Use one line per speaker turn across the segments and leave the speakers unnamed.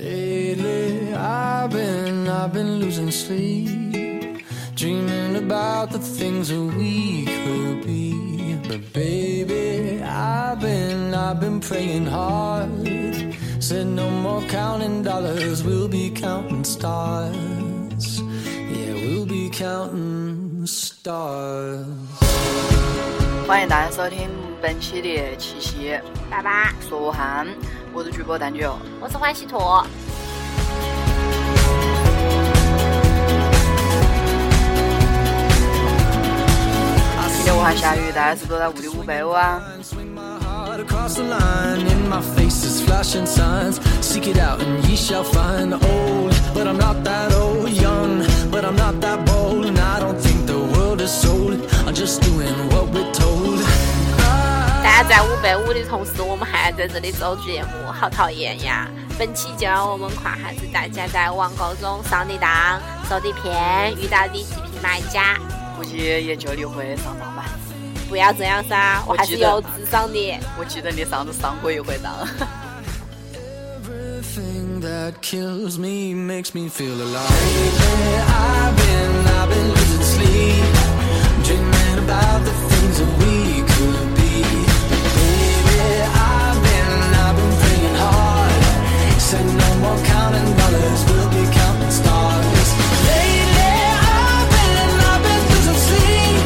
Lately, I've been, I've been losing sleep, dreaming about the things that we could be. But baby, I've been, I've been praying hard. Said no more counting dollars, we'll be counting stars. Yeah, we'll be counting stars.
欢迎大家收听本期的七夕
爸爸，
说武汉，我是主播蛋九。
我是欢喜坨。
今天武汉下雨，大家是不是都在屋里捂被窝啊？
line, Swing my heart across the line. In my face is flashing signs. Seek it out and ye shall find. Old, but I'm not that old. Young, but I'm not that bold. And I don't think the world is sold. I'm just doing what we're told.
大家在五百五的同时，我们还在这里做节目，好讨厌呀！本期就让我们看下子大家在网购中上的当、受的骗，遇到的几批买家。
估计也就你会上当吧。
不要这样噻，我还是有智商的。
我记得你上次上过一回当。
Everything that kills me makes me feel alive. Lately, I've been, I've been losing sleep. Dreaming about the things that we could be. Baby, I've been, I've been praying hard. Said no more counting dollars, we'll be counting stars. Lately, I've been, I've been losing sleep.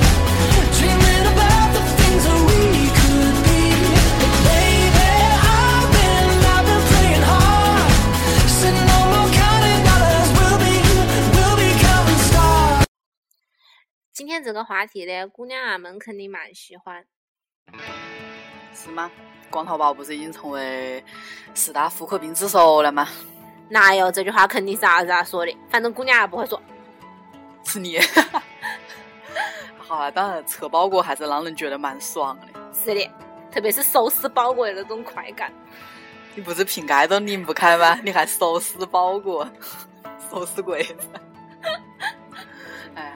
Dreaming about the things that we could be. Baby, I've been, I've been praying hard. Said no more counting dollars, we'll be, we'll be counting stars.
今天这个话题呢，姑娘啊们肯定蛮喜欢。
是吗？光头宝不是已经成为十大妇科病之首了吗？
哪有这句话肯定是儿子啊说的，反正姑娘也不会说。
是你。 好啊，当然吃包裹还是让人觉得蛮爽的。
是的，特别是手撕包裹的那种快感。
你不是瓶盖都拧不开吗？ 你还手撕包裹， 手撕柜子。 哎，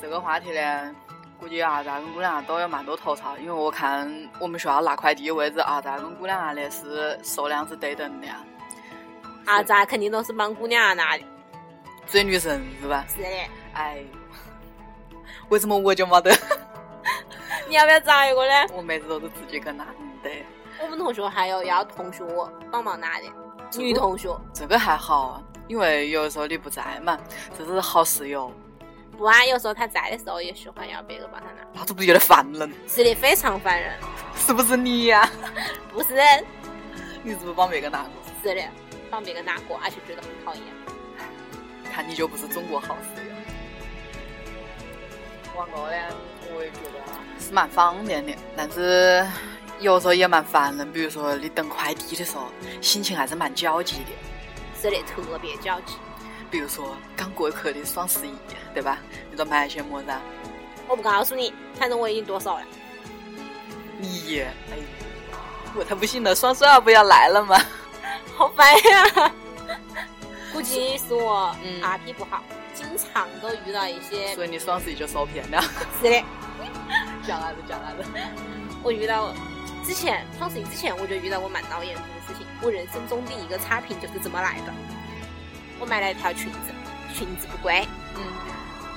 这个话题呢，估计啊，咱跟姑娘啊都有蛮多吐槽，因为我看我们学校拿快递位置啊，咱跟姑娘啊那是数量是对等的啊，
儿子啊肯定都是帮姑娘啊拿的。
追女神是吧？
是的。
哎， 为什么我就没得？
你要不要找一个呢？
我每次都是自己跟男嗯的，
我们同学还有要同学帮忙拿的，女同学
这个还好，啊因为有时候你不在嘛，这是好室友，
不然啊有时候她在的时候也喜欢要别个帮她拿，
那这不是有点烦人？
是的，非常烦人。
是不是你呀、
不是，
你是不是帮别个拿过？
是的，帮别个拿过，而且觉得很讨厌。
看你就不是中国好室友。网购呢，我也觉得啊是蛮方便的，但是有时候也蛮烦人。比如说你等快递的时候，心情还是蛮焦急的。
是的，特别焦急。
比如说刚过去的双十一，对吧？你都买了些么子啊？
我不告诉你，反正我已经剁手了。
你，哎，我才不信呢！双十二不要来了 吗？
好烦 呀！估计是我
嗯
RP 不好，经常都遇到一些
所以你双十一就受骗了。
是的。
讲来着，讲来着。
我遇到之前双十一之前，我就遇到过蛮闹眼的事情。我人生中第一个差评就是这么来的。我买了一条裙子，裙子不贵，
嗯，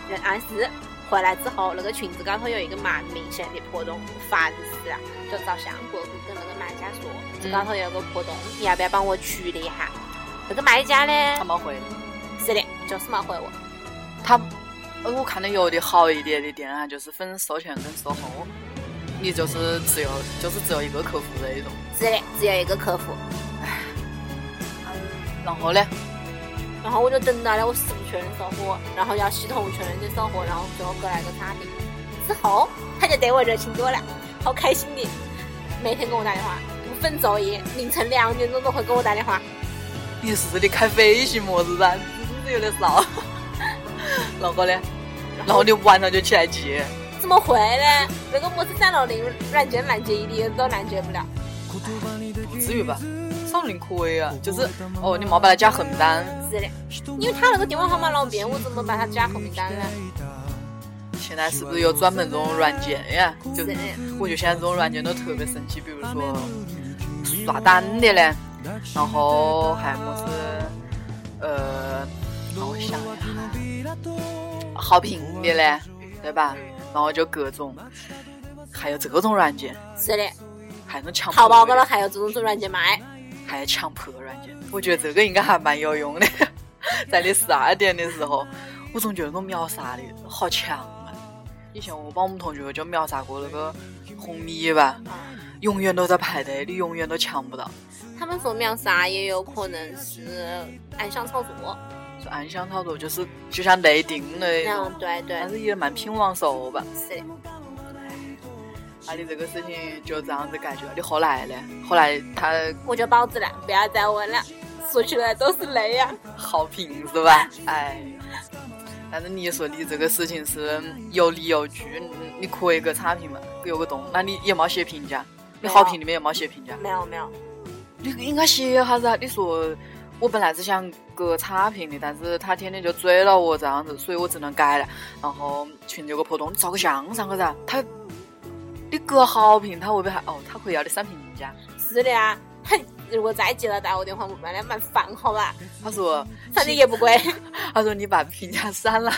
人安是回来之后，那个裙子高头有一个蛮明显的破洞，烦死了！啊就照相过去跟那个卖家说，这高头有个破洞，你要不要帮我处理一下？那个卖家
他
呢？
们会，
啊是的，就是没回我。
他，呃，我看到有的好一点的店啊，就是分售前跟售后，你就是只有就是只有一个客服这一种。
是的，只有一个客服。
然后呢，
然后我就等到了我十五确认收货，然后要系统确认的收货，然后最后过来一个差评。之后他就对我热情多了，好开心的，每天给我打电话，不分昼夜，凌晨两点钟都会给我打电话。
你是你开飞行模式噻，你是不是有点少？然后呢，然后你晚上就起来接，
怎么会呢？那个么子三六零拦截拦截一的都拦截不了。
不至于吧？少林可以啊，就是哦，你没把它加横单，
是的，因为他那个电话号码老变，我怎么把他加后面单呢？
现在是不是有专门这种软件
嗯
哎呀？就是是我觉得现在这种软件都特别神奇，比如说刷单的嘞，然后还么子，呃，让我想一下，好评的嘞，对吧？然后就各种，还有这种软件，
是的，
还能强迫
淘宝高头
人
还有这种做软件卖，
还有强迫软件，我觉得这个应该还蛮有用的。 在你十二点的时候，我总觉得我秒杀的好强啊！以前我帮我们同学就秒杀过那个红米吧，永远都在排队，你永远都抢不到。
啊他们说秒杀啊也有可能是暗箱操作，
就暗箱操作，就是就像雷霆那
然后
种，
对对
但是也蛮拼网手吧。
是的，
啊，你这个事情就这样子解决了。你后来嘞？后来他
我就保质了，不要再问了，说起来都是啊泪呀、
好评是吧？哎，但是你说你这个事情是有理有据，你你可以给差评嘛，有个洞，那你也没写评价，你好评里面也没写评价，
没有没有，
啊你应该写一下子啊。你说我本来是想给差评的，但是他天天就追了我这样子，所以我只能改了。然后群里有个破洞，你照个相上个噻，他你给好评，他会不会还哦？他可以要你删评价？
是的啊。哼，如果再接到打我电话，我们来蛮烦好吧？
他说
反正也不 贵，
他说你把评价删了，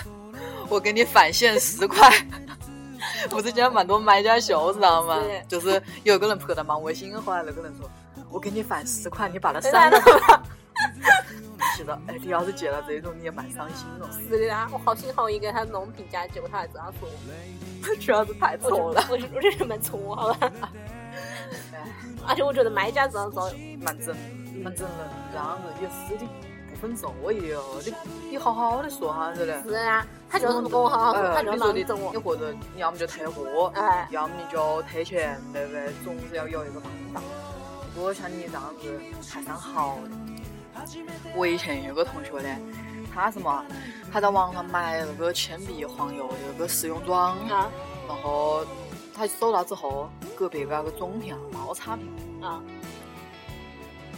我给你返现十块。我之前蛮多买家秀，知道吗
是？
就是有个人拍他忙微信的话，那个人说：“我给你返十块，你把它删
删
了
了。 吧。
是的，哎，你要是接到这种，你也蛮伤心的，
是的 啊，我好心好意给他弄评价，结果他还这样说我，
主要是太
我就
丑了，
我就我就是蛮冲好 吧？而且我觉得卖家这样做，
蛮真，蛮真的。这样子也是的，不分手也有，你你好好的说下子嘞。
是啊，他就是不跟我好好说，
呃
他
你
就是
说
忙
的
着我
你。或者你要么就退货，
哎
要么你就退钱，对不对？总是要有一个方法。不过像你这样子还算好的。我以前有个同学呢，他什么，他在网上买那个铅笔黄油的那个试用装，
啊
然后他收到之后给别个那个总评啊没差评，
啊，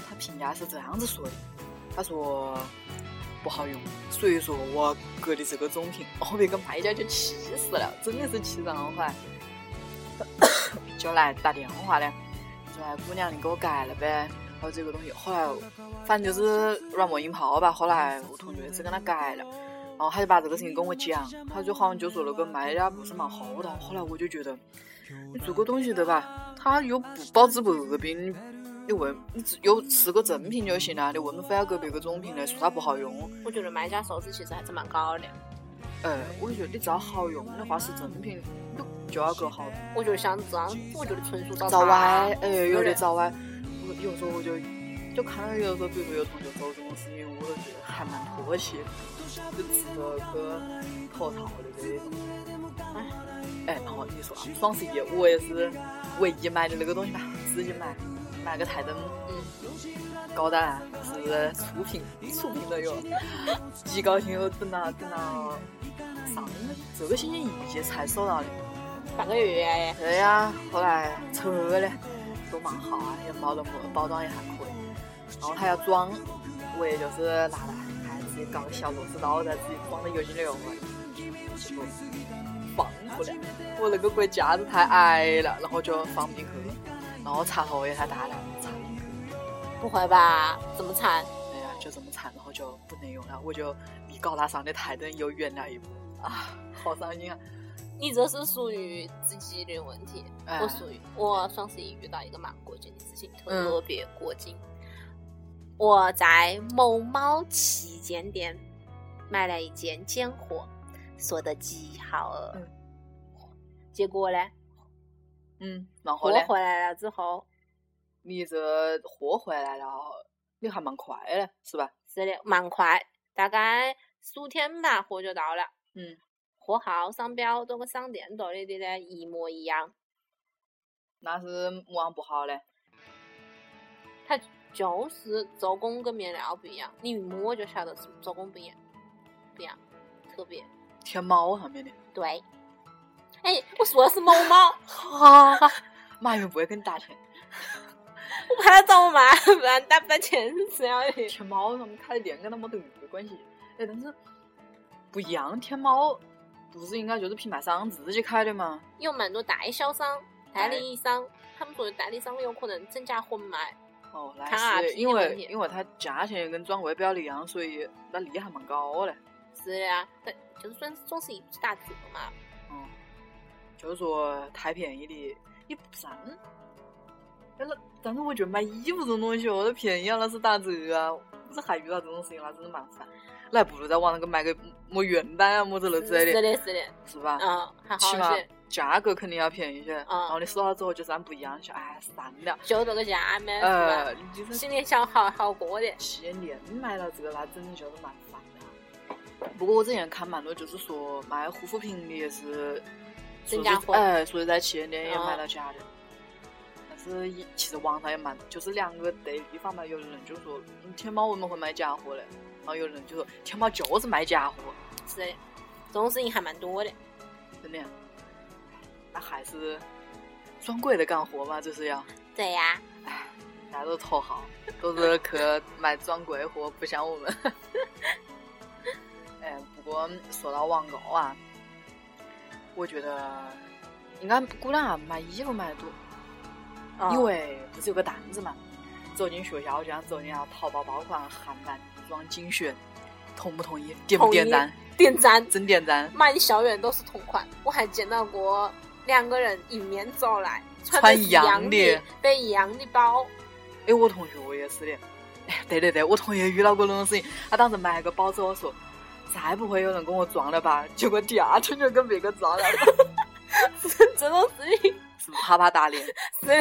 他评价是这样子说的，他说不好用，所以说我给的这个总评，后面一个卖家就气死了，真的是气上了快，就来打电话了，就来姑娘你给我改了呗，然后这个东西后来反正就是软磨硬泡吧，后来我同学只跟他改了。然后他就把这个事情跟我讲，他就好像就说那个卖家不是蛮厚道。后来我就觉得，你这个东西对吧？它又不包治百病，你问你只有吃个正品就行了，你为什么非要给别个中品呢？说它不好用？
我觉得卖家素质其实还是蛮高的。
哎，我就觉得你只要好用的话是正品，你就要给好
我觉得像这样，我觉得纯属找
找
茬
歪，哎，有点找歪。我有时候我就就看到有时候，比如说有同学做这种事情，我都觉得还蛮唾弃，就值得个吐槽的这一种。哎，然后你说啊，双十一我也是唯一买的那个东西吧，自己买买个台灯，嗯，高达啊是触屏，触屏都有，极高兴又等到等到上这个星期一才收到的。
半个月，
对呀，后来车嘞都蛮好啊，也包的包装也还可以。然后他要装，我也就是拿来还自己搞个小螺丝刀，再自己装到油精里头结果放不了，我那个鬼架子太矮了，然后就放不进去，然后插头也太大了，插不进去。
不会吧？这么惨？
哎呀，就这么惨，然后就不能用了，我就离高大上的台灯又远了一步啊，好伤心啊！
你这是属于自己的问题，
哎
我属于我双十一遇到一个蛮过劲的事情，
嗯
特别过劲。我在某猫旗舰店买了一件贱货，说的极好了，
嗯
结果呢，
嗯，然后
我
嘞，
回来了之后，
你这货回来了，你还蛮快的，是吧？
是的，蛮快，大概四五天吧，货就到了。
嗯，
货号、商标都跟商店对的的一模一样，
那是么样不好嘞？
它就是做工跟面料不一样，你一摸就晓得是做工不一样，不一样，特别
天猫上面的，
对。哎，我说的是某某，
哈， 马云不会跟你打钱。
我怕他找我 麻烦，打不到钱是这样的。
天猫上面开的店跟他没得关系，哎，但是不一样，天猫不是应该就是品牌商自己开的吗？
有蛮多代销商、代理商，他们说代理商有可能增加混卖，
哦，那
看啊
是
便宜
因为
便宜
因为它价钱跟专柜表一样，所以那利还蛮高的。
是呀，啊但就是算算是一笔打折嘛。
嗯，就是说太便宜的也不算。但是，但是我觉得买衣服这种东西哦，那便宜啊，那是打折啊。不是还遇到这种事情，那真的蛮烦。那还不如在网上给买个么原版啊，么子了
是
之类
是
的，
的，是的，
是吧？
嗯，还
起
好啊
码
些，
价格肯定要便宜些。然后你收到之后就是按不一样，就哎算了。
就这个价嘛，是吧？
呃，你就是
心里想好好过的，
前年买了这个，那真的就是蛮烦的。啊不过我之前看蛮多，就是说卖护肤品的也是
增加货
说
哦
是哎，所以在旗舰店也买到假的。但是一其实网上也蛮，就是两个对比方嘛。有的人就说嗯天猫为什么会卖假货嘞？然后有的人就说天猫就是卖假货，
是的，这种事情还蛮多的。
真的。那还是专柜的干活嘛，就是要。
对呀，
唉， 大家都土豪，都是去买专柜货，不像我们。 哎，不过说到网购啊，我觉得应该姑娘啊买衣服买的多，
嗯
因为不是有个单子嘛，走进学校就像走进啊淘宝爆款、韩版女装精选，同不同意？点不
同意
点赞？
点赞，
真点赞！
满校园都是同款。我还见到过两个人迎面走来，
穿
着一
一样
的
的，
背一样的包，
哎，我同学我也是的。 哎，对对对，我同学遇到过那种事情，他当时买个包之后说，再不会有人跟我撞了吧？ 结果第二天就跟别个撞了，
这种事 情
是不是啪啪打脸？
是的，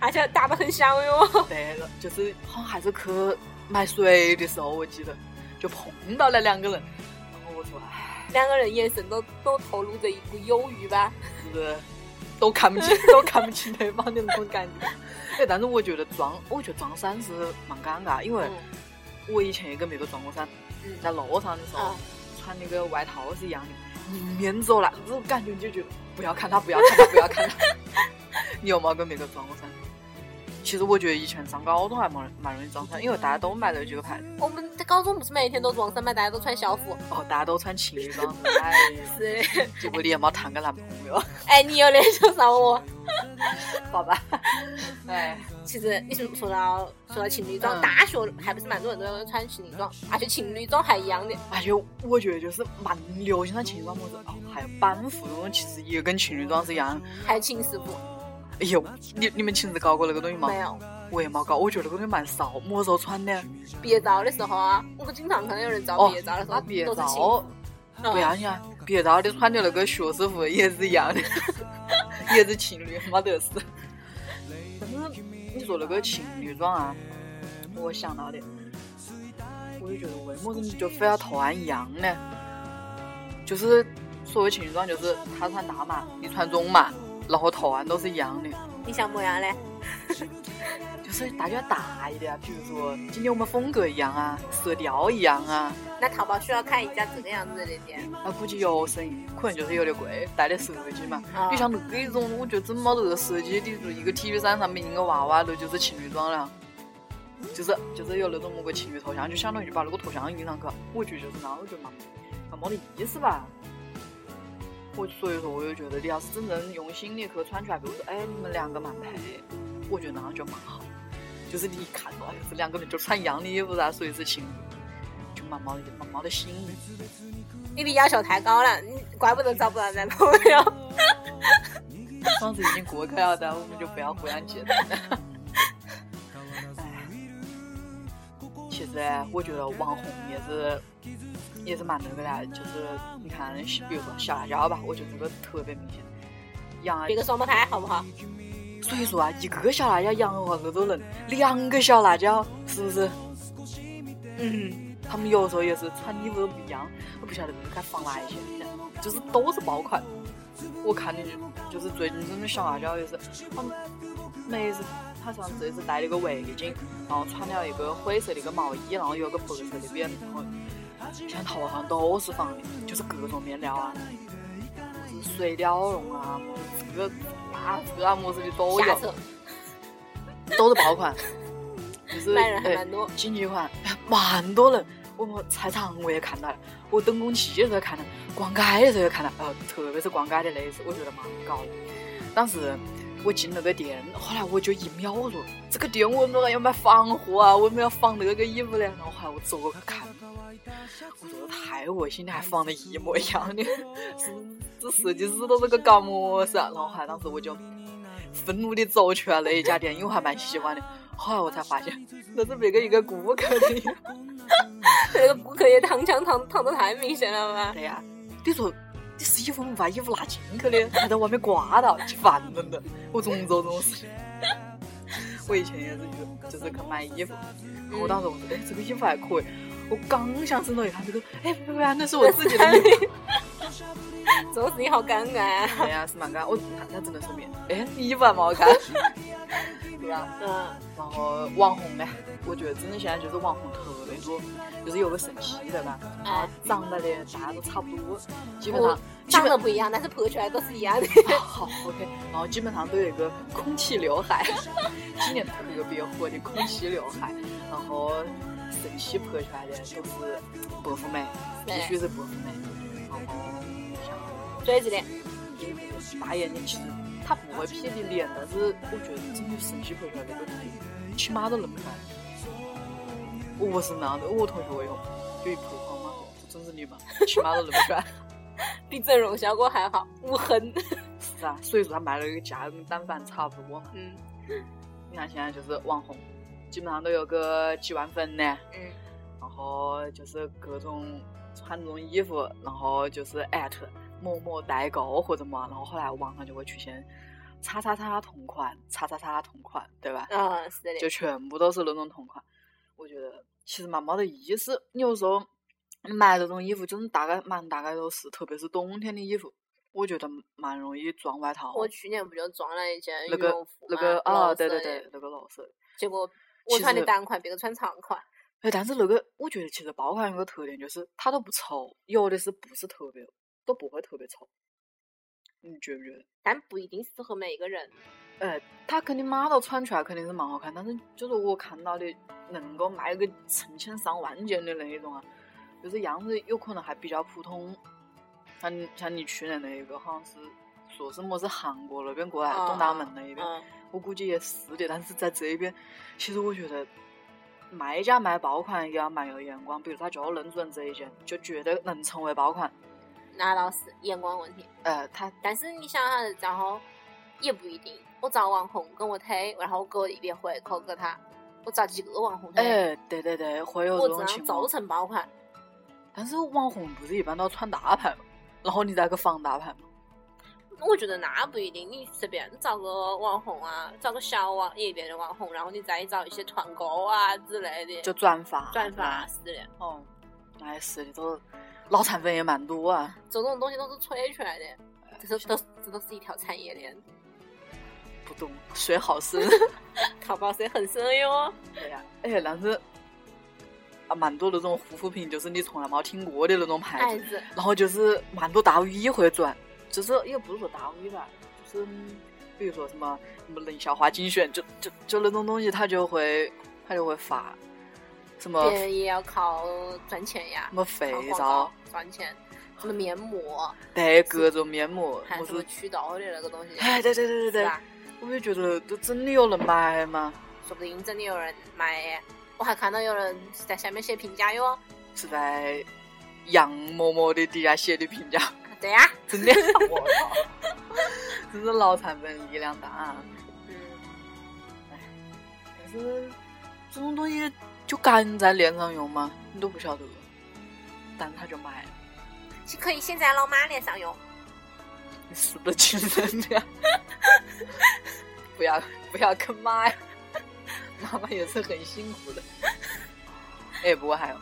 而且打得很响哟。
对 了，就是好像还是去买水的时候，我记得就碰到了两个人，然后我说，哎，
两个人眼神都都透露着一股忧郁吧。
是不是都看不清， 都看不清对方的那种感觉？ 哎，但是我觉得撞，我觉得撞衫是蛮尴尬，因为
嗯
我以前也跟别个撞过衫，
嗯
在路上的时候。
啊，
穿那个外套是一样的，迎面走来，这种感觉你就觉得不要看他，不要看他，不要看他。 你有没有跟别个撞过衫？其实我觉得以前上高中还蛮蛮容易撞衫，因为大家都买了这个牌子，
我们在高中不是每天都装上班，大家都穿校服。
哦，大家都穿旗装，哎呀，
是，
结果你也没谈个男朋友，
哎，你有联想到我？
好吧？哎，
其实你是说到说到情侣
嗯
装，大学还不是蛮多人都穿情侣装，而且情侣装还一样的。
而且我觉得就是蛮流行的情侣装模式，哦，还有班服这种，其实也跟情侣装是一样。
还有秦师傅
哎呦，你你们寝室搞过那个东西吗？
没有，
我也没搞，我觉得那个东西蛮骚，么时候穿的？
毕业照的时候啊，我经常看到有人照
哦
毕业照的时候
那毕业
都是秦，
照
嗯
不要紧啊，毕业照你穿的那个学士服也是一样的， 也是情侣，没得事。但是你说那个情侣装啊，我想到的，我就觉得为么子你就非要图案一样呢？就是所谓情侣装，就是他穿大码，你穿中码，然后图案都是一样的，
你想么样嘞？
就是大家大一点啊，比如说今天我们风格一样啊，色调一样啊。
那淘宝需要看一下这个样子的店，
啊，估计有生意，可能就是有点贵，带点设计嘛。
啊
你像那种，我觉得真没得设计的，就一个 T 恤衫上面印个娃娃，那就是情侣装了。就是就是有那种某个情侣头像，就相当于就把那个头像印上去。我觉得就是那，我觉得蛮蛮没得意思吧。我所以说，我就觉得你要是真正用心的去穿出来，比如说，哎，你们两个蛮配，我觉得那样就蛮好。就是你一看到，哎，这两个人就穿一样的衣服噻，所以是情侣，就蛮没得蛮没得吸引力。
你的要求太高了，你怪不得找不到男朋友。
上次已经过去了的，我们就不要互相解释了。哎，其实我觉得网红也是也是蛮那个的，就是你看，比如说小辣椒吧，我觉得这个特别明显。养啊
别，个双胞胎好不好？
所以说啊，一个小辣椒养活那多人，两个小辣椒是不是？
嗯，
他们有时候也是穿衣服都不一样，我不晓得该放哪一些，就是都是爆款。我看的就就是最近这种小辣椒也是，他们每次他上次也是戴了个围巾，然后穿了一个灰色的一个毛衣，然后有个白色的边，然后像头上都是放的，就是各种面料啊，就是水貂绒啊，这个啊这啊么子的都
下
有，
车
都是爆款， 就是
买人还
对
蛮多。
经济款 蛮多人，我们菜场我也看到了，我等公汽的时候看到，逛街的时候也看到，呃，特别是逛街的那一次，我觉得蛮搞的。当时我我进了个店，后来我就一秒我说这个店我们要买防护啊，我们要防那个衣服的。然后后来我走过去看，我说太恶心了，还仿的一模一样 的，是这设计师都是个搞么事啊？然后后来当时我就愤怒的走去了那一家店，因为我还蛮喜欢的。后来我才发现，那是别个一个顾客的。
那个顾客也躺枪躺躺的太明显了吧？
对呀、你说你是衣服不把衣服拿进去的，还在外面刮到，去烦人了。我总做这种事情。我以前也是就是就是去买衣服，
嗯
然后当时我说，哎，这个衣服还可以。我刚想伸到一看，这个，哎，不不不，那是我自己的衣服。
这种事情好尴尬啊！
哎呀，是蛮干。我看他真的说明，哎，你衣服还蛮好看。对啊，
嗯，
然后网红呢，我觉得真的现在就是网红特别多，就是有个神奇的吧，
哎，
长得呢大家都差不多，基本
我
上哦基
长
本
得不一样，但是拍出来都是一样的。
好 OK，然后基本上都有一个空气刘海， 今年特别火的空气刘海，然后整期拍出来的都是白富美，必须是白富美，然后像
锥子脸，
大眼睛，其实她不会 P 的脸，但是我觉得真的神奇拍出来的都是起码都认出来。我我是那样的，我同学会用，就一拍框嘛，就真是你嘛，起码都认不出来。
比整容效果还好，无痕。
是啊，所以说他卖了一个价跟单反差不多嘛。
嗯
你看现在就是网红，基本上都有个几万粉呢，
嗯，
然后就是各种穿这种衣服，然后就是艾特某某代购或者嘛，然后后来网上就会出现叉叉叉同款，叉叉叉同款，对吧？
啊，是的嘞
就全部都是那种同款，我觉得其实蛮没得意思。你有时候买这种衣服，就是大概蛮大概都是，特别是冬天的衣服，我觉得蛮容易撞外套。
我去年不就装了一件
哦
羽
那个
绒服
那
嘛
个啊，
老
对
色
对
的
对，那个老色。
结果
其
我穿的
实
单款，别个穿长款。
哎，但是那个我觉得其实包款有个特点就是它都不臭，有的是不是特别都不会特别臭，你觉不觉得？
但不一定适合每一个人。
哎，它肯定码头穿出来肯定是蛮好看，但是就是我看到的能够卖个成千上万件的那一种啊，就是样子有可能还比较普通。像你像你去年那一个好像是说什么是韩国那边过来东大门那一边，
嗯，
我估计也是的，但是在这一边，其实我觉得卖家卖爆款也要蛮有眼光，比如他就认准这一件，就觉得能成为爆款，
那倒是眼光问题。
呃，他
但是你想哈，然后也不一定。我找网红跟我推，然后我给我一边回扣给他，我找几个网红推，
哎，对对对，会有
我
这
只
种
能
情
造
况。
成爆款。
但是网红不是一般都要穿大牌嘛，然后你再去仿大牌嘛，
我觉得那不一定，你随便找个网红啊，找个小网一边的网红，然后你再找一些团购啊之类的，
就转发
转发
嘛
是的。
哦，那也是的，都脑残粉也蛮多啊。
这种东西都是吹出来的，
哎
这都都这都是一条产业链，
不懂，水好 深。
淘宝水很深哟。
对呀、哎，但是啊，蛮多那种护肤品，就是你从来没听过的那种牌子
孩，子，
然后就是蛮多大 V 也会转，就是也不是说大 V 吧，就是比如说什么什么冷笑话精选，就就就那种东西，他就会他就会发什么
别人也要靠赚钱呀
什，么肥
靠广
皂
告，赚钱，什么面膜，
对各种面膜，
还有
我
什么
是
祛痘的那个东西，
哎对对对对
是
对
吧，？
我就觉得这真的有人买吗？
说不定真的有人买耶。我还看到有人在下面写评价哟。
是在杨某某的底下写的评价，
对呀、
真的，我操，真是脑残粉一两大啊！
嗯，
但是这种东西就敢在脸上用吗？你都不晓得，但他就买了，
是可以现在老马脸上用，
你死得轻生的，不要不要跟妈呀，妈妈也是很辛苦的。哎，不过还有，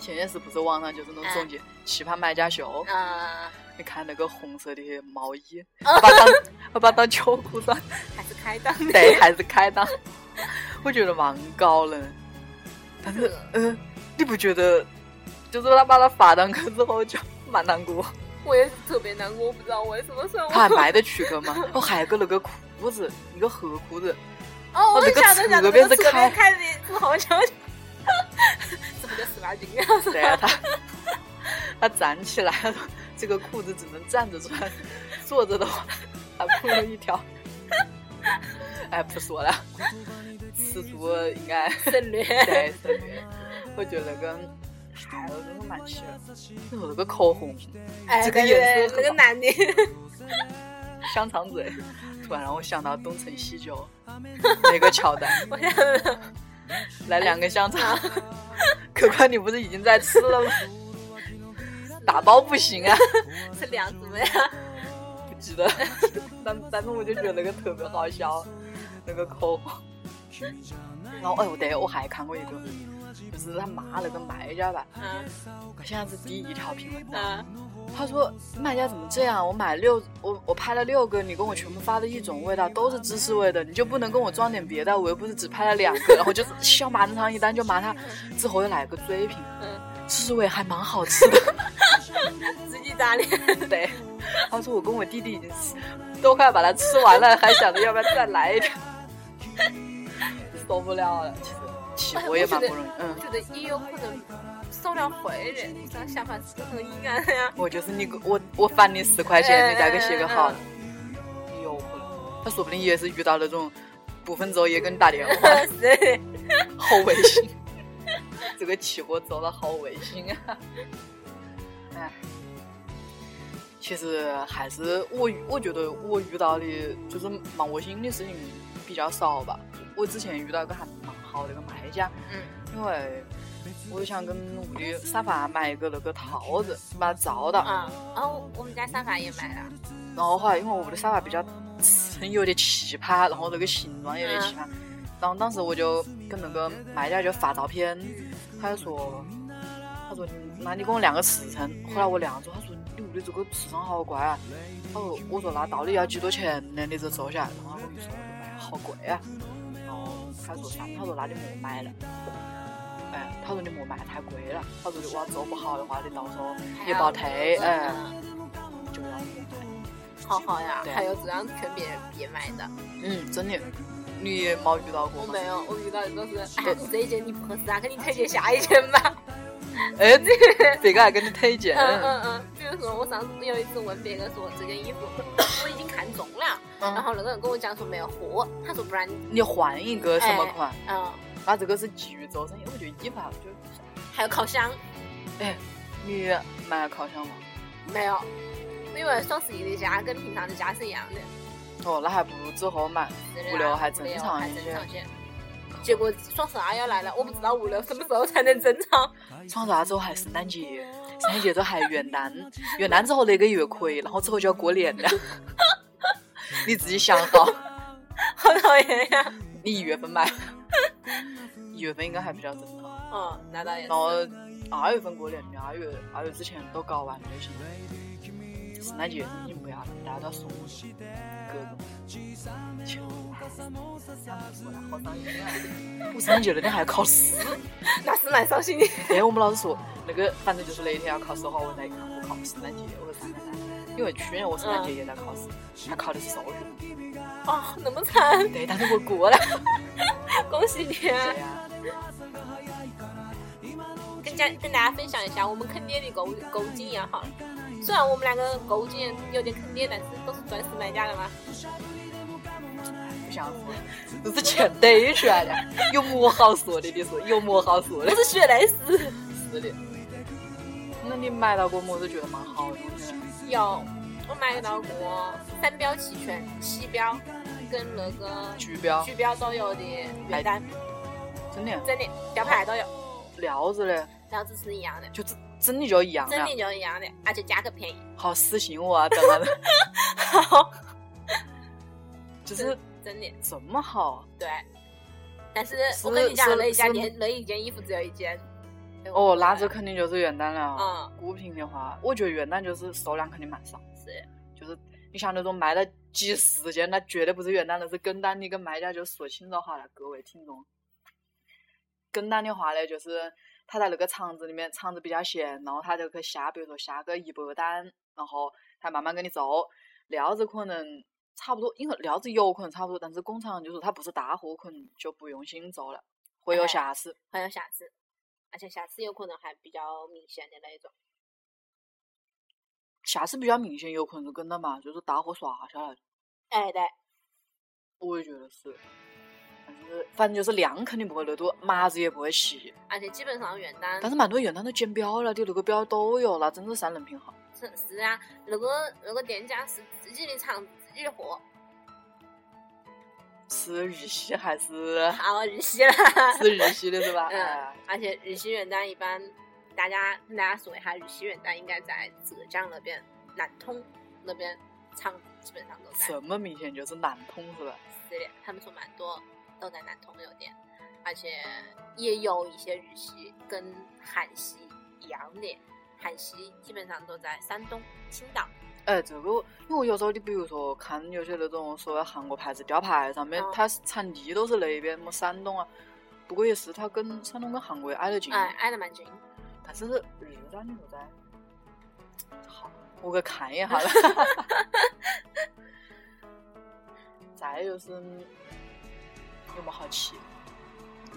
前些时不是网上就是那种总结奇葩买家秀，
呃，
你看那个红色的毛衣，把它当把它当秋裤穿，
还是开档 的。
对，还是开裆，我觉得蛮高冷。但是，嗯、你不觉得，就是他把他发上去之后就蛮难过？
我也是特别难过，我不知道为什么说我
他还卖得出去吗？ 我还有个那个裤子，一个黑裤子，
哦，我
那个
想着想着，
侧边
这
是
个侧
开
边开的之后就， 这不就十八斤啊？
对啊，他 他站起来了，这个裤子只能站着穿，坐着的话还不如一条 哎，不说了，世俗应该
省 略。
对对对，我觉得那个还有那个蛮喜欢，然后那个口红，
哎，
这个
对
颜色
对那个男的，
香肠嘴，突然让我想到东成西就那个桥段，
我想
来两根香肠。可可，你不是已经在吃了吗？打包不行啊，
是梁子薇啊，
不记得。但但是我就觉得那个特别好笑，那个口红。然后哎，我对我还看过一个，就是他妈那个卖家吧，
嗯
我现在是第一条评论的。
嗯，
他说卖家怎么这样？我买六，我我拍了六个，你跟我全部发的一种味道，都是芝士味的，你就不能跟我装点别的？我又不是只拍了两个，然后就是笑马正常一单就骂他。之后又来个追评，
嗯
芝士味还蛮好吃的。
自己打 脸，
对，他说我跟我弟弟已经吃，都快把它吃完了，还想着要不要再来一点， 受不了了。其实起火也蛮不容易，嗯
我。觉得也有可能受了回的，这种想法是不是很阴暗的 呀？
我就是你给我我返你十块钱，
哎
你再给写个好
哎，
有可能，他说不定也是遇到那种部分之后也给你打电话，
是，
好违心，这个起火做的好违心啊！哎，其实还是我我觉得我遇到的就是蛮窝心的事情比较少吧。我之前遇到一个还蛮好的一个卖家，
嗯，
因为我想跟屋里沙发买一个那个套子，把它罩到。
啊，然后我们家沙发也买了，
然后后来因为我们的沙发比较尺寸有点奇葩，然后那个形状有点奇葩，然后当时我就跟那个卖家就发照片，他就说，他说那你给我量个尺寸，后来我量了之后，他说你屋里这个尺寸好怪啊，他说我说那到底要几多钱呢？你这做下来，然后我就说哎呀好贵啊，然后他说算了，他说那你莫买了。哎，他说你莫买太贵了。他说你娃做不好的话，你到时候也不好退。哎，
嗯，
就让我买。
好好呀，
对
还有这样劝别人别买的，
嗯，真的，你也没遇到过
我
吗？
没有，我遇到的都是，哎，你这一件你不合适啊，给你推荐下一件吧。
哎，这别个还给你推荐
嗯嗯嗯，比如说我上次有一次问别人说这件 衣服我已经看中了，然后那个人跟我讲说没有货，他说不然你
嗯你换一个什么款？
嗯
那这个是基于做生意，我觉得衣服啊，我觉得
还有烤箱
你买了烤箱吗？
没有，因为双十一的价跟平常的价是一样的，
哦，那还不如之后买。
是的啦
物流还
物
正
流
常
还
一
正
些
常些。结果双十二要来了，我不知道物流什么时候才能正常。
上啥之后还圣诞节，圣诞节之后还元旦，元旦之后那个月可以，然后之后就要过年了。 你自己想好，
好讨厌呀！
你一月份买，一月份应该还比较正常，
嗯，那倒也是
然。后二月份过年了，二月二月之前都搞完就行了。圣诞节已经不要了，大家都要送我各种。啊求
好伤心啊！
我圣诞节那天还考试，
那是蛮伤心的。
哎，我们老师说那个，反正就是那一天要考试的话，我在看我考圣诞节，我说算了算了，因为去年我圣诞节也在考试，还考的是数学，
哦，那么惨，
对，但是我过了。
恭喜你啊！
对呀，
跟家跟大家分享一下我们坑爹的购物购物经验哈。虽然我们两个购物经验有点坑爹，但是都是钻石买家 的嘛。
不想说，这是钱堆出来的，有么好说的？你说有么好说的
我？是血泪史。
是的。那你买到过么子觉得蛮好的东西？
有，我买到过三标齐全，西标跟那个
橘标，
橘标都有的原单，
真的，
真的标牌都有，
料子嘞，
然后这是一样的，
就真真的就一样
真
的
的，就一样的，而且价格便宜。
好私信我啊，等 下子，就是
真的
这么好啊
对。但是
是
我跟你讲
是，
那一家
是
店那一件衣服只有一件。
哦，那这肯定就是元旦了。啊
嗯，
孤品的话，我觉得元旦就是数量肯定蛮少，
是
就是你像那种卖了几十件，那绝对不是元旦，那是跟单。你跟卖家就说清楚好了，各位听众。跟单的话呢，就是他在那个厂子里面，厂子比较闲，然后他就去下，比如说下个一百单，然后他慢慢给你做。料子可能差不多，因为料子有可能差不多，但是工厂就是它不是大货，可能就不用心做了，会有
哎
瑕疵。
很有瑕疵，而且瑕疵有可能还比较明显的那一种。
瑕疵比较明显，有可能是跟的嘛，就是大火刷下来。
哎，对，
我也觉得是，反正就是反正就是量肯定不会漏多，码子也不会细。
而且基本上原单
但是蛮多原单都剪标了的，那个标都有了，真的三人平衡。
是是啊，那个那个店家是自己的厂自己的货，
是日系还 是
好日系啦。
是日系的是吧？哎
嗯，而且日系原单一般，大家跟大家说一下，日系原单应该在浙江那边、南通那边厂子基本上都在。
什么明显就是南通是吧？
是的，他们说蛮多都在南通有店，而且也有一些日系跟韩系一样的，韩系基本上都在山东、青岛。
哎，这个，因为我有时候你比如说看有些那种所谓韩国牌子吊牌上面
嗯，
它是产地都是那边么山东啊，不过也是它跟山东跟韩国也挨得近，啊
哎，挨得蛮近。
但是日展你不在，好，我给看一下了。再就是有没好吃，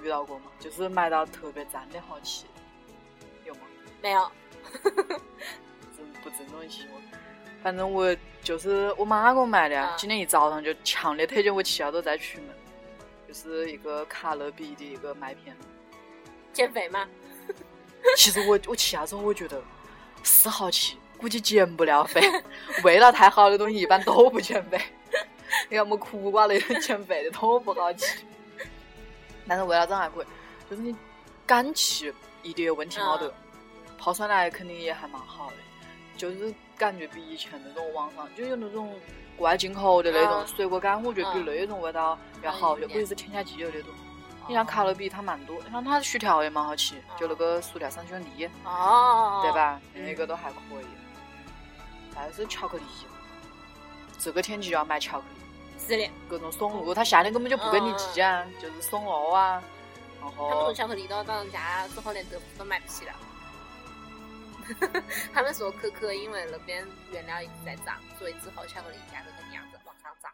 遇到过吗？就是买到特别赞的好吃，有吗？
没有，
真不真东西我。反正我就是我妈给我买的啊
啊，
今天一早上就强烈推荐我起来都再出门，就是一个卡乐比的一个麦片。
减肥嘛，
其实我我起来之后，我觉得是好吃，估计减不了肥。 味道太好的东西一般都不减肥， 要么苦瓜类的减肥的都不好吃。但是味道真还可以，就是你干吃一点问题没得
嗯，
泡酸奶肯定也还蛮好的，就是感觉比以前那种网上就有那种国外进口的那种
嗯
水果干，我觉得比
嗯
那种味道要好
嗯
些，
有
我
点
也是添加剂有的多。你像卡乐比它蛮多，像它的薯条也蛮好吃，就那个薯条三选一，
哦，
对？吧？
嗯
那个都还可以。但是巧克力，这个天气就要买巧克力，
是的，
各种松露，它夏天根本就不跟你急啊，就是松露啊，然
他们
后
说巧克力到到人家之后连豆腐都买不起了。 他们说可可因为那边原料一直在涨，所以之后巧克力价格跟样子往上涨。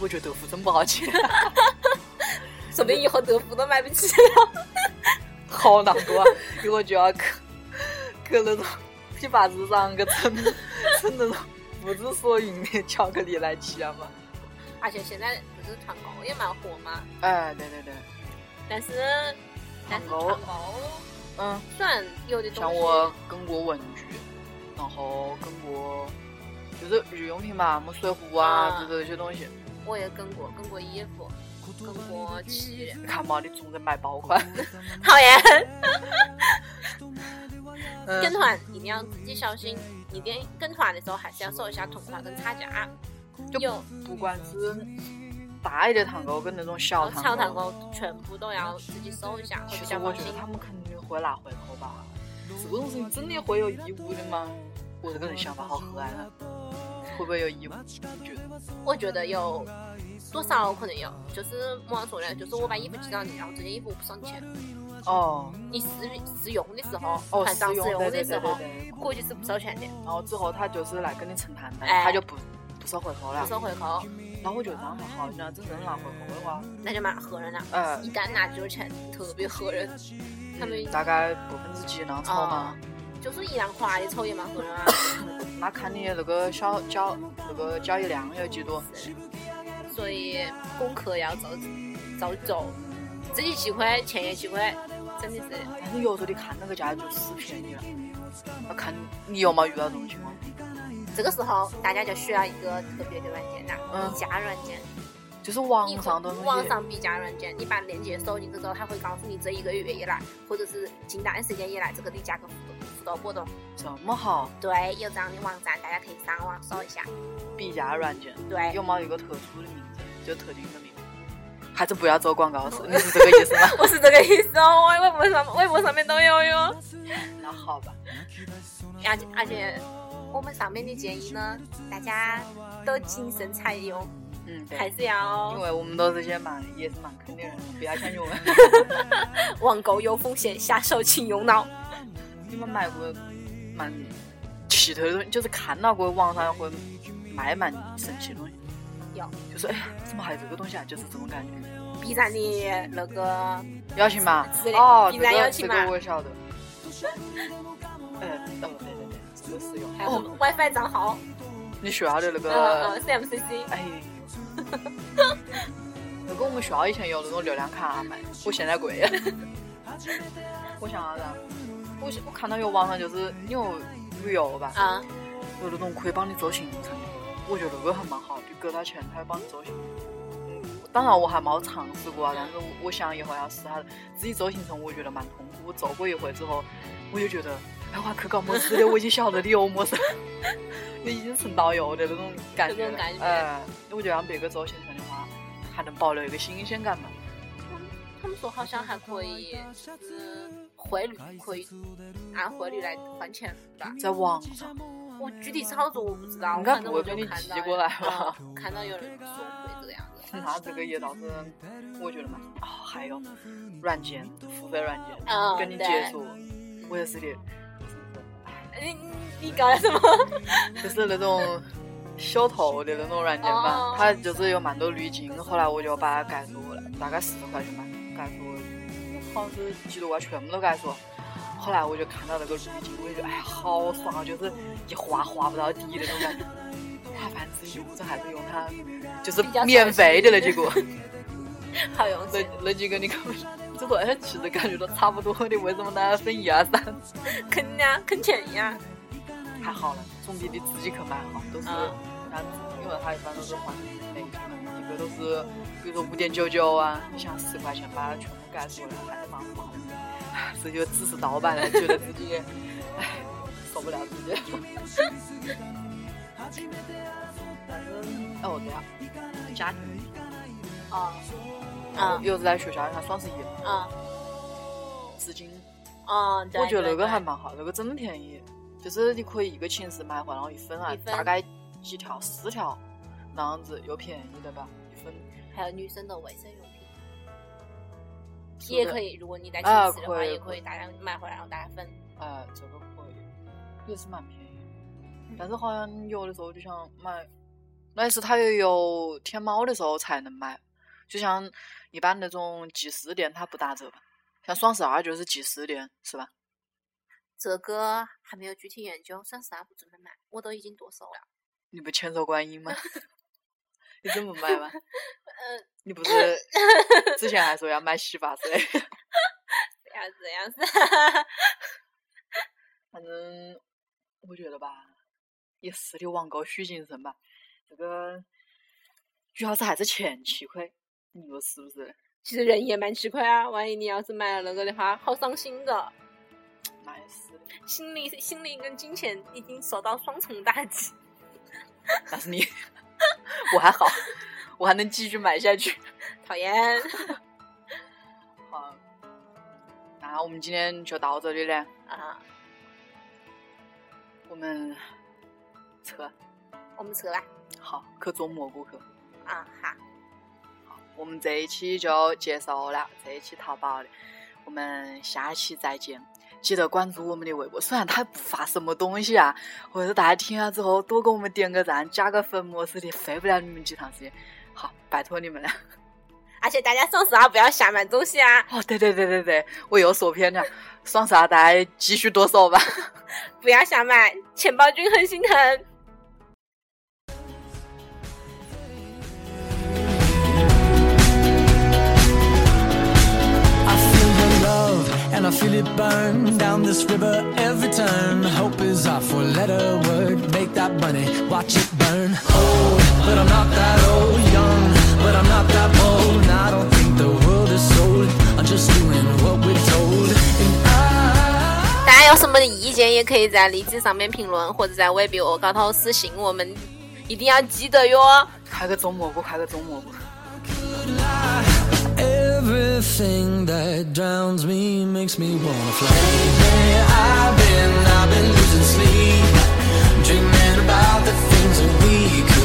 我觉得豆腐真不好吃，
说不定以后豆腐都买不起了。
好难过啊！以后就要去去那种批发市场去蹭 蹭那种不知所云的巧克力来吃啊嘛。
而且现在不是团购也蛮火嘛，
哎，对对对，
但是但是
团购
团购
嗯。
虽然有的东西，
像我跟过文具，然后跟过就是日用品吧，么水壶啊，
啊
就是这些东西。
我也跟过跟过衣服，跟过吃的，
看嘛，你总在买爆款。
讨厌。跟
嗯，
团一定要自己小心，一定跟团的时候还是要搜一下同款跟差价。
就
有
不管是大一点团购跟那种小
然后
团
小
购
团，购全部都要自己搜一下，会
其
比
实
较
我
放
觉得
心。
他们肯定会拿回扣吧。这种事情真的会有义务的吗？我这个人想法好黑暗啊，会不会有义务？你觉得？
我觉得有多少可能有，就是我刚说的，就是我把衣服寄到你，然后这件衣服我不收你钱，
哦
你试试用的时候，
哦，
看上
试
试
用
用
对
的
对
时
对对
候，
对。
过去是不收钱的，
然后之后他就是来跟你承担的，
哎
他就不不收回扣了
不。收回扣，
然后我觉得这样很好，你知道，这人拿回扣的话，
那就蛮吓人了。
呃，
一旦拿这个钱，特别吓人。他们
嗯大概百分之几能抽嘛？
哦就是一两块的抽也蛮吓人啊。
那看你那个销交那个交易量有几多。
所以功课要早早做，自己吃亏，钱也吃亏，真的是。
但是有时候你看那个价就是便宜了，要看你有没有遇到这种情况。
这个时候大家就需要一个特别的软件呐，
嗯
比价软件。
就是网
你
上的东西，
网上比价软件，你把链接搜进去之后，它会告诉你这一个月以来，或者是近段时间以来这个的价格浮动浮动波动。
这么好，
对，有这样的网站，大家可以上网搜一下。
比价软件
对，
有没有一个特殊的名字，就特定的名字？还是不要做广告是？你是这个意思吗？
我是这个意思哦，我微博上微博上面都有哟。
那好吧，
而且而且，我们上面的建议呢，大家都谨慎采用，
嗯，
还
对，
是要
因为我们都是些蛮也是蛮坑的人，不要相信我们。
网购有风险，下手请用脑。
你们买过蛮奇特的东西，就是看到过网上会卖蛮神奇的东西，
有
就是哎呀，怎么还有这个东西啊？就是这种感觉。
B 站的那个
邀请码
是的
哦，这
比咱邀
个这
请码
个我也晓得。呃嗯，哦，对对对，这个是有。
还有
哦，
WiFi 账号，
你学校的那
嗯嗯
个，
，CMCC，
哎，那个我们学校以前有那种流量卡卖，我现在 贵了。我想啥子啊？我我看到有网上就是你有旅游吧，
啊，
有那种可以帮你做行程的，我觉得那个还蛮好，你给他钱，他会帮你做行程。嗯当然我还没有尝试过啊，但是我我想以后要试下自己做行程，我觉得蛮痛苦。我做过一回之后，我就觉得，哎，我还去搞么事的，我已经晓得你有么 事，你已经成导游的那种感觉
那
了。
种感觉
哎，我觉得让别个做行程的话，还能保留一个新鲜感嘛。
他们说好像还可以，嗯，汇率可以按汇率来换钱，对吧？
在网上，
我具体操作我不知道，
应
我
该
反正
不会
我就
被你
看
寄
到
过来吧
嗯看到有人说会这个样 子。
那这个也倒是，我觉得嘛，啊、还有软件，付费软件，
嗯
跟你
对
接触，我也是的。
你你搞了什么？
就是那种小头的那种软件吧
哦，
它就是有蛮多滤镜。后来我就把它改过了，大概十块钱吧，改过，好像是几多块全部都改过。后来我就看到那个滤镜，我就觉得哎呀好爽啊，就是一滑滑不到底那种感觉。哎，反正自己用着还是用它，就是
比较
免费的那 几个，
好用
那
心，
那几个你看不上，就说哎，其实感觉都差不多的，为什么大家分一二三？
坑呀，坑钱呀。
还好了，总比你自己去买好，都是
嗯
然后因为它一般都是还那个，一个都是比如说五点九九啊，你想十块钱把它全部改出来，还是蛮 划的。唉这就只是盗版了，觉得自己唉受不了自己。反正哦对啊，家庭
啊啊
又是在学校，你看双十一
啊
纸巾，
啊！对
我觉得那
对
个还
对
蛮好，那个真便宜，就是你可以一个寝室买回来，然后一分啊
一，分
大概几条四条那样子，又便宜的吧，一分。
还有女生的卫生用品
是
也
的
可以，如果你在寝
啊
室的
可
话，
以
也可以大家买回来然后大家分。
哎，这个可以，也是蛮便宜
嗯
的。但是好像有的时候就想买，但是它也有天猫的时候才能买，就像一般那种集市店它不打折吧，像双十二就是集市店是吧？
这个还没有具体研究，双十二不准备买，我都已经剁手了。
你不千手观音吗？你怎么买吗？
嗯，
你不是之前还说要买洗发水？
这样子，这样子。
反正我觉得吧，也是的，网购需谨慎吧。这个主要是还是钱吃亏，你说是不是？
其实人也蛮吃亏啊，万一你要是买了那个的话，好伤心的，
那也哎是的。
心理、心理跟金钱已经受到双重打击。
但是你， 我还好，我还能继续买下去。
讨厌，
好，那我们今天就到这里了。
啊，
我们撤，
我们撤吧，
好，去做蘑菇去。
啊哈，
我们这一期就结束了，这一期淘宝的，我们下期再见。记得关注我们的微博，虽然它不发什么东西啊，或者大家听了之后多给我们点个赞、加个粉么事的，费不了你们几趟时间。好，拜托你们了。
而且大家双十二不要瞎买东西啊，
哦，对对对对对，我又说偏了。双十二大家继续剁手吧。
不要瞎买，钱包君很心疼。
I feel your love and I feel it burn down this river every turn. Hope is our four letter word. Make that money, watch it burn. Old, but I'm not that old. Young, but I'm not that bold. And I don't think the world is sold. I'm just doing what we're told. And I.
大家有什么意见也可以在荔枝上面评论，或者在微博高头私信我们，一定要记得哟。
开个中蘑菇，开个中蘑菇。
Everything that drowns me makes me wanna fly. Lately, I've been, I've been losing sleep, dreaming about the things that we could.